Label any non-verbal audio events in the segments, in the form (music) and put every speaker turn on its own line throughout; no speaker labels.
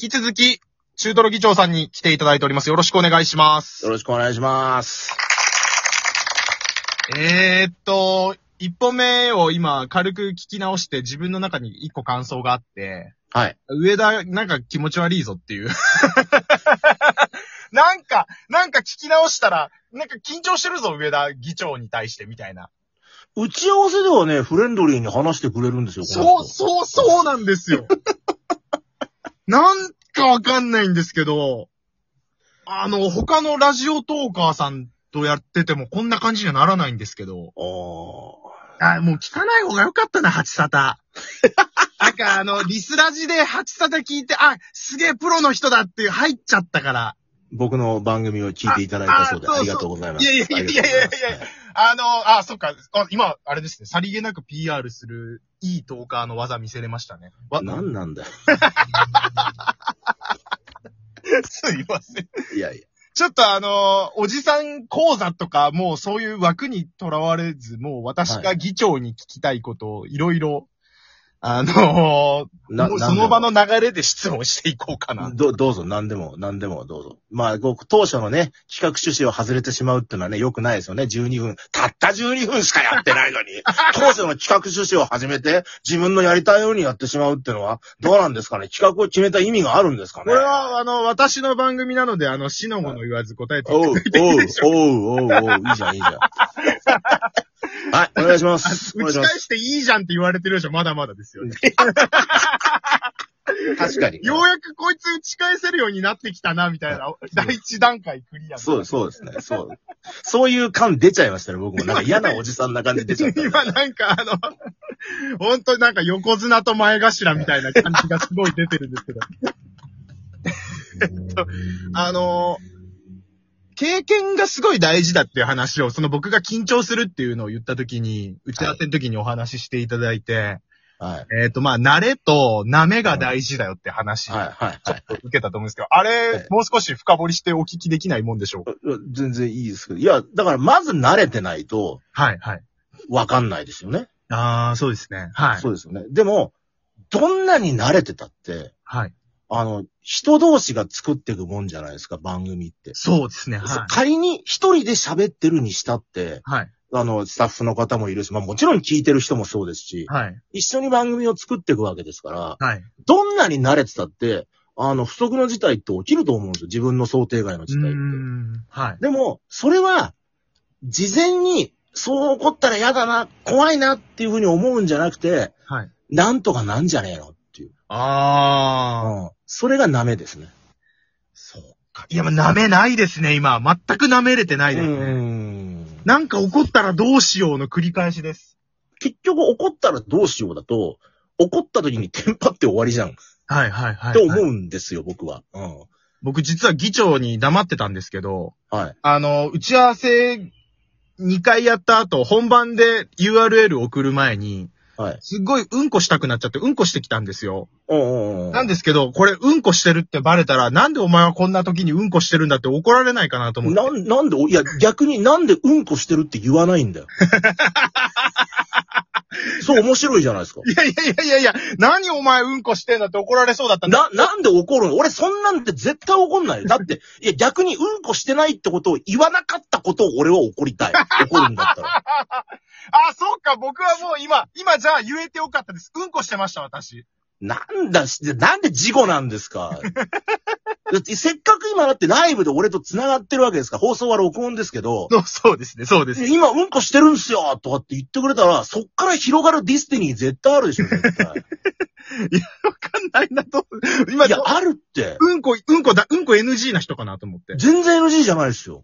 引き続き、中トロ議長さんに来ていただいております。よろしくお願いします
よ。ろしくお願いします。
えーっと、一本目を今軽く聞き直して自分の中に一個感想があって、
はい。
上田なんか気持ち悪いぞっていう。 (laughs) なんか、なんか聞き直したら、なんか緊張してるぞ上田議長に対してみたいな。
打ち合わせではね、フレンドリーに話してくれるんですよ、
そう、そう、そうなんですよ。 (laughs) なんかわかんないんですけど、あの、他のラジオトーカーさんとやっててもこんな感じにはならないんですけど、
う。あ
あ、もう聞かない方がよかったな、八沙汰。 (laughs) なんかあの、リスラジで八沙汰聞いて、あ、すげえプロの人だって入っちゃったから。
ー僕の番組を聞いていただいたそうで
ああそうそう
ありがとうございま
い
す。
やいやいやいやいやいや
ありがとうございます
あの、あ、そっか、あ今、あれですね、さりげなく PR するいいトーカーの技見せれましたね。わ
何なんだよ。
(laughs) すいません。
いやいや。
ちょっとあのーおじさん講座とか、もうそういう枠にとらわれず、もう私が議長に聞きたいことをいろいろ、あのー
な
もうその場
なん
の流れで質問していこうか
でも
な。
ど、どうぞ、何でも、何でも、どうぞ。まあ、こう当初のね、企画趣旨を外れてしまうっていうのはね、良くないですよね。12分。たった12分しかやってないの
(laughs)
に、当初の企画趣旨を始めて、自分のやりたいようにやってしまうっていうのは、どうなんですかね企画を決めた意味があるんですかね
これは、あの、私の番組なので、あの、死のもの言わず答えていた
お
だ
う
いて、
おう、おう、おう、おう、いいじゃん、いいじゃん。
(laughs)
はい、お願いします。お願
打
いし
ち
ま
返していいじゃんって言われてるでしょ、まだまだですよね。
す。確かに。
ようやくこいつ打ち返せるようになってきたな、みたいな、第一段階クリア。
そう、そうですね。そう。そういう感出ちゃいましたね、僕も。なんか嫌なおじさんな感じ出ちゃっ
(laughs)
た。
今なんかあの、本当になんか横綱と前頭みたいな感じがすごい出てるんですけど。あの、経験がすごい大事だっていう話を、その僕が緊張するっていうのを言った時に、打ち合わせの時にお話ししていただいて、
はい。
えっ、とまあ、慣れと舐めが大事だよって話、
はい、はい、はい。
受けたと思うんですけど、あれ
ええ、
もう少し深掘りしてお聞きできないもんでしょうか
全然いいですけど。いや、だからまず慣れてないと、
はい、はい。
わかんないですよね。
ああ、そうですね。はい。
そうですよね。でも、どんなに慣れてたって、
はい。
あの、人同士が作っていくもんじゃないですか、番組って。
そうですね。はい。
仮に一人で喋ってるにしたって、
はい。
あの、スタッフの方もいるし、まあもちろん聞いてる人もそうですし、
はい。
一緒に番組を作っていくわけですから、
はい。
どんなに慣れてたって、あの、不測の事態って起きると思うんですよ。自分の想定外の
うー
事態って。
んはい。
でも、それは、事前に、そう起こったら嫌だな、怖いなっていうふうに思うんじゃなくて、
はい。
なんとかなんじゃねえのっていう。
ああ。
うんそれがダメですね。
そうか。いや、まあ、舐めないですね、今。全く舐めれてないです
う
ね。
ん
なんか怒ったらどうしようの繰り返しです。
結局怒ったらどうしようだと、怒った時にテンパって終わりじゃん。
はいはいはい。
って思うんですよ、僕は。うん。
僕実は議長に黙ってたんですけど、
はい。
あの、打ち合わせ2回やった後、本番で URL 送る前に、
はい。
すっごいうんこしたくなっちゃって、うんこしてきたんですよ。
うんうんうん。
なんですけど、これうんこしてるってバレたら、なんでお前はこんな時にうんこしてるんだって怒られないかなと思って。
なん、なんで、いや、逆になんでうんこしてるって言わないんだよ。
(laughs)
そう面白いじゃないですか。
いやいやいやいやいや、何お前うんこしてんだって怒られそうだったんだ。
な、なんで怒るの俺そんなんで絶対怒んないよ。だって、いや逆にうんこしてないってことを言わなかったことを俺は怒りたい。怒るんだっ
(laughs)
たら。
あ、そっか、僕はもう今、今じゃあ言えてよかったです。うんこしてました、私。
なんだし、なんで事故なんで
(laughs)
すか。だってせっかく今だってライブで俺と繋がってるわけですから、放送は録音ですけど、
そうそうですね、そうで。
今うんこしてるんすよとかって言ってくれたら、そっから広がるディスティニー絶対あるでしょ、
(laughs)
絶対。
わかんないな、どう、今
いや、あるって。
うんこ、うんこだ、うんこ NG な人かなと思って。
全然 NG じゃないですよ。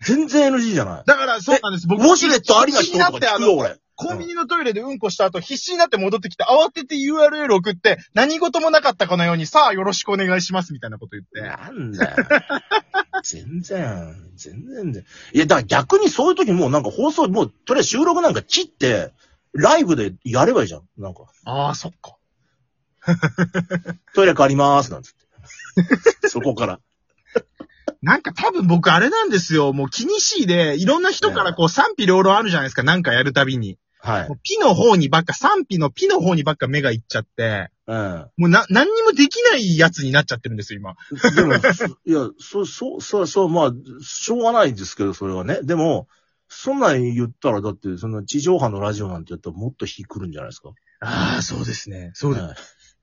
全然 NG じゃない。
だから、そうなんです。
ウ
僕、
ォシュレットありな
必死
人
にな
とか
って、あ
聞くよ、
の、
俺。
コンビニのトイレでうんこした後、必死になって戻ってきて、慌てて URL 送って、何事もなかったかのように、さあ、よろしくお願いします、みたいなこと言って。
なんだよ。全然、全然で。いや、だから逆にそういう時もうなんか放送、もうとりあえず収録なんか切って、ライブでやればいいじゃん。なんか、
ああ、そっか。
トイレ変わりまーす、なんつ
(laughs)
って。そこから。
なんか多分僕あれなんですよ。もう気にしいで、いろんな人からこう賛否両論あるじゃないですか。なんかやるたびに。
はい。
もうピの方にばっか、賛否のピの方にばっか目がいっちゃって、
うん。
もうな、何にもできないやつになっちゃってるんですよ、今。
でも、そいや、そう、そう、そう、そう、まあ、しょうがないんですけど、それはね。でも、そんなん言ったら、だって、その地上波のラジオなんてやったらもっと火来るんじゃないですか。
ああ、そうですね。そうです。
はい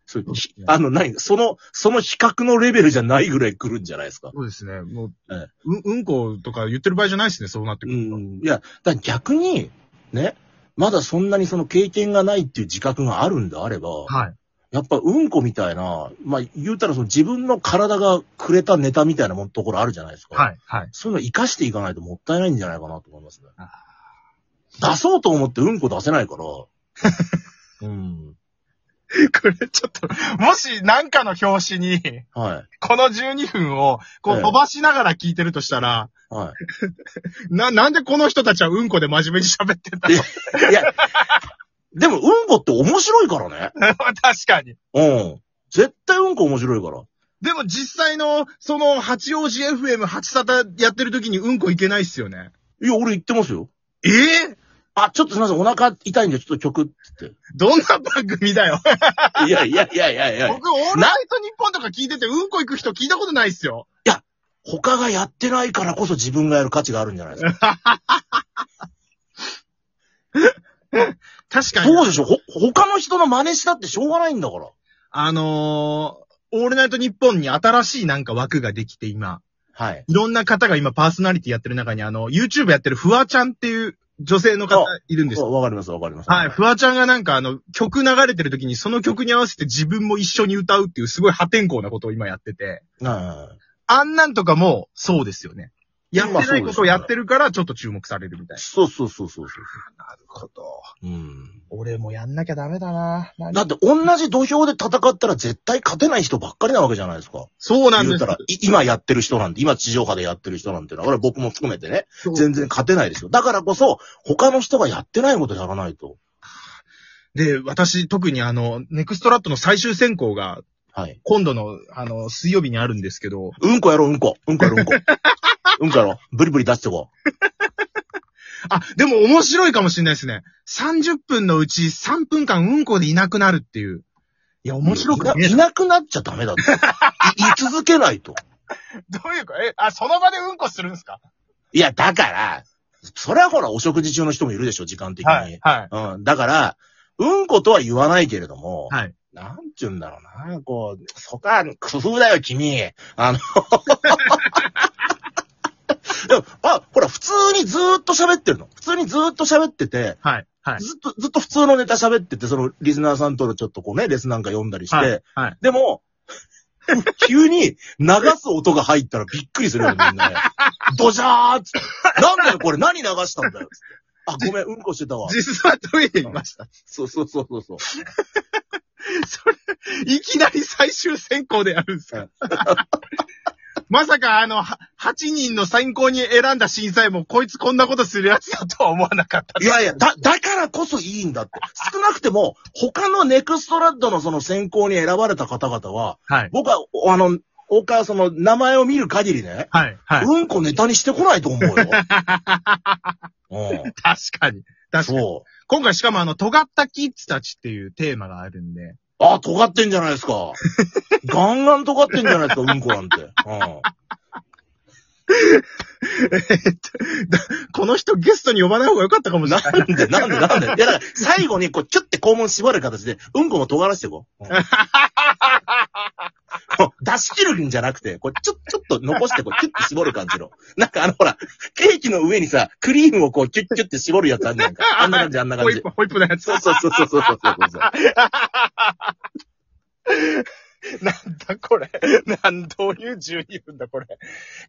そう
そうですね
あの、何その、その比較のレベルじゃないぐらい来るんじゃないですか。
そうですね。もう
ええ、
うん、うんことか言ってる場合じゃないですね、そうなって
う
くると。
ん。いや、だから逆に、ね、まだそんなにその経験がないっていう自覚があるんであれば、
はい。
やっぱうんこみたいな、まあ言うたらその自分の体がくれたネタみたいなもんところあるじゃないですか。
はい。はい。 (laughs)
そういうの生かしていかないともったいないんじゃないかなと思いますね。出そうと思ってうんこ出せないから。
(laughs)
うん。
これちょっと、もしなんかの表紙に、
はい。
この12分を、こ
え
う
え
飛ばしながら聞いてるとしたら、
は
な、なんでこの人たちはうんこで真面目に喋ってたの
い。いや、でもうんこって面白いからね。
(laughs) 確かに。
うん。絶対うんこ面白いから。
でも実際の、その、八王子 FM、八沙汰やってる時にうんこいけないっすよね。
いや、俺言ってますよ。
ええ
あ、ちょっとすみません、お腹痛いんでちょっと曲って言っ
どんな番組だよ。
て。いやいやいやいやいや。
僕、オールナイトニッポンとか聞いてて、うんこ行く人聞いたことないっすよ。
他がやってないからこそ自分がやる価値があるんじゃないですか。
確かに。
そうでしょほ、他の人の真似したってしょうがないんだから。
あのー、オールナイトニッポンに新しいなんか枠ができて今、
はい。
いろんな方が今パーソナリティやってる中にあの、YouTube やってるフワちゃんっていう女性の方いるんですよ
わわかります、わかります。
はい、フワちゃんがなんかあの、曲流れてる時にその曲に合わせて自分も一緒に歌うっていうすごい破天荒なことを今やってて、
は
あんなんとかもそうですよね。やって
まあそう
な
で
い
す
ことをやってるからちょっと注目されるみたい
い。そうそうそうそうそう。
な。なるほど。
うん
俺もやんなきゃダメだな。
だって同じ土俵で戦ったら絶対勝てない人ばっかりなわけじゃないですか。
そうなん
言
で
う
す
たら、い今やってる人なんて、今地上波でやってる人なんてのは、俺僕も含めてね、
そう
全然勝てないですよ。だからこそ、他の人がやってないことやらないと。
で、私特にあの、ネクストラットの最終選考が
はい。
今度の、あの、水曜日にあるんですけど、
うんこやろう、うんこ。うんこやろう、
(laughs)
うんこ。うんこやろう。ブリブリ出してこ
あ、でも面白いかもしれないですね。30分のうち3分間うんこでいなくなるっていう。いや、
う。
面白く
いな
ない
いなくなっちゃダメだって。いい続けないと。
どういうか、え、あ、その場でうんこするんですか
いや、だから、それはほら、お食事中の人もいるでしょ、時間的に。
はい、はい。
うん。だから、うんことは言わないけれども、
はい。
なんちゅうんだろうな、こう、そこは工夫だよ、君。あの、 (laughs) でもあ、ほら、普通にずーっと喋ってるの。普通にずーっと喋ってて、
はい、はい。
ずっと、ずっと普通のネタ喋ってて、その、リスナーさんとのちょっとこうね、レスなんか読んだりして、
はい、はい。
でも、 (laughs) 急に流す音が入ったらびっくりするよね、みんなね。ドジャーっつって。なんだよ、これ何流したんだよ、つって。あ、ごめん、うんこしてたわ。
実はトイレいました。
(laughs) そうそうそうそうそう。
いきなり最終選考でやるんですか (laughs) まさかあの、は8人の選考に選んだ審査員もこいつこんなことするやつだとは思わなかった。
いやいや、だ、だからこそいいんだって。少なくても、他のネクストラッドのその選考に選ばれた方々は、
はい。
僕は、おあの、お母その名前を見る限りね、
はい、はい。
うんこネタにしてこないと思う
(laughs)
よ。うん。
確かに。確かに。
そう。
今回しかもあの、尖ったキッズたちっていうテーマがあるんで。
あ、尖ってんじゃないですか。ガンガン尖ってんじゃないですか、うんこなんて。うん。
この人ゲストに呼ばない方が良かったかもしれない。
なんで、なんで、なんで。いや、だから最後に、こう、キュッて肛門縛る形で、うんこも尖らしていこう。うんこう出し切るんじゃなくて、こう、ちょ、ちょっと残して、こう、キュッて絞る感じの。なんかあの、ほら、ケーキの上にさ、クリームをこう、キュッキュッて絞るやつあんじゃんか。あんな感じ、あんな感
ホイ
じ
ッ。プ、ホイップのやつ。
そうそうそうそうそうそうそう。
(laughs) なんだこれ。なん、どういう12分だこれ。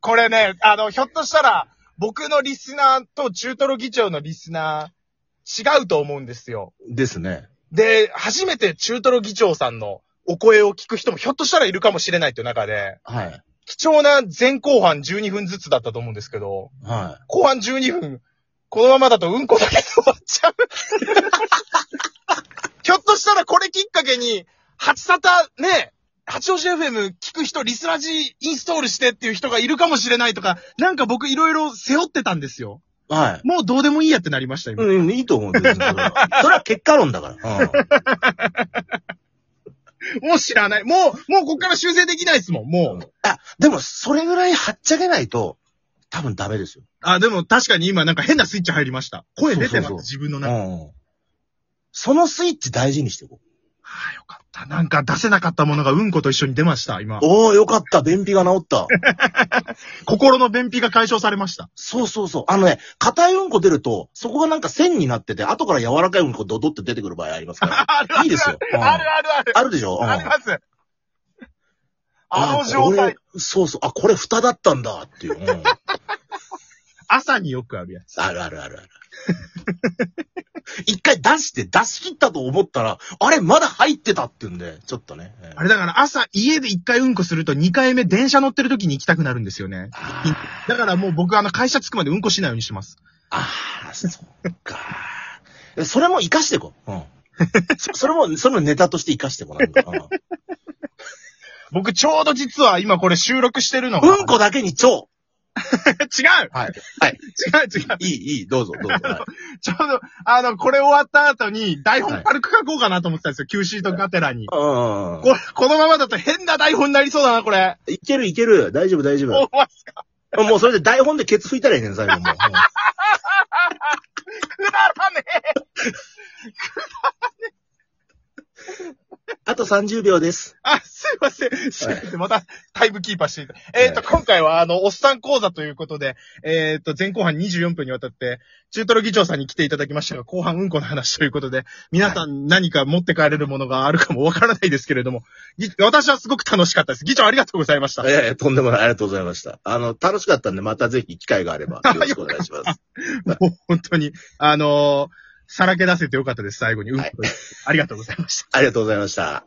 これね、あの、ひょっとしたら、僕のリスナーと中トロ議長のリスナー、違うと思うんですよ。
ですね。
で、初めて中トロ議長さんのお声を聞く人もひょっとしたらいるかもしれないという中で、
はい。
貴重な前後半12分ずつだったと思うんですけど、
は
後半12分、このままだとうんこだけで終わっちゃう。 (laughs) ひょっとしたらこれきっかけに、八沙汰ね、八王子 FM 聞く人、リスラジインストールしてっていう人がいるかもしれないとか、なんか僕いろいろ背負ってたんですよ。
い。はい。
もうどうでもいいやってなりました、今。
うん、いいと思う。別にそれはそれは結果論だから。うん
もう知らない。もう、もうこっから修正できないですもん、もう。
あ、でも、それぐらいはっちゃけないと、多分ダメですよ。
あ、でも確かに今なんか変なスイッチ入りました。声出てます、
そうそうそう
自分の
う
中。
ん。そのスイッチ大事にしていこう。
ああ、よかった。なんか出せなかったものがうんこと一緒に出ました、今。
おー、よかった。便秘が治った。
心の便秘が解消されました。
そうそうそう。あのね、硬いうんこ出ると、そこがなんか線になってて、後から柔らかいうんこドドって出てくる場合あります (laughs) か
ある
ら。いいですよ。うん
あるあるある。
あるでしょ、うん
あります。あの状
あ
態
こ。れそうそう。あ、これ蓋だったんだっていう。うん
朝によくあるやつ。
あるあるある (laughs) ある。一回出して、出し切ったと思ったら、あれ、まだ入ってたっていうんで、ちょっとね。ええ
あれだから朝家で一回うんこすると二回目電車乗ってる時に行きたくなるんですよね。
あ
ーだからもう僕あの会社着くまでうんこしないようにしてます。
ああ、そうか。えそれも活かしていこう。 (laughs) うん。そそれも、それもネタとして活かして (laughs) こうなんか。う
僕ちょうど実は今これ収録してるのが。
ん、
(laughs)
うんこだけに超。
違う
はい。はい。
違う違う。
いい、いい、どうぞ、どうぞ。はい
ちょうど、あの、これ終わった後に台本軽く書こうかなと思ってたんですよ。Q シートがてらに。
うんうん
ここのままだと変な台本になりそうだな、これ。
うん。いけるいける。大丈夫、大丈
思
夫。
わず
もうそれで台本でケツ拭いたらいいねん、最後もう。
くだらねえ
あと30秒です。
あ、すいません。すいません。また、タイムキーパーしていた。えっ、と、
はい
今回は、あの、おっさん講座ということで、えっ、と、前後半24分にわたって、中トロ議長さんに来ていただきましたが、後半うんこの話ということで、皆さん何か持って帰れるものがあるかもわからないですけれども、ぎ私はすごく楽しかったです。議長ありがとうございました。
ええ、とんでもない。ありがとうございました。あの、楽しかったんで、またぜひ機会があれば、よろしくお願いします。
もう本当に、あのーさらけ出せてよかったです、最後に。うんこ、
はい
ありがとうございました。
ありがとうございました。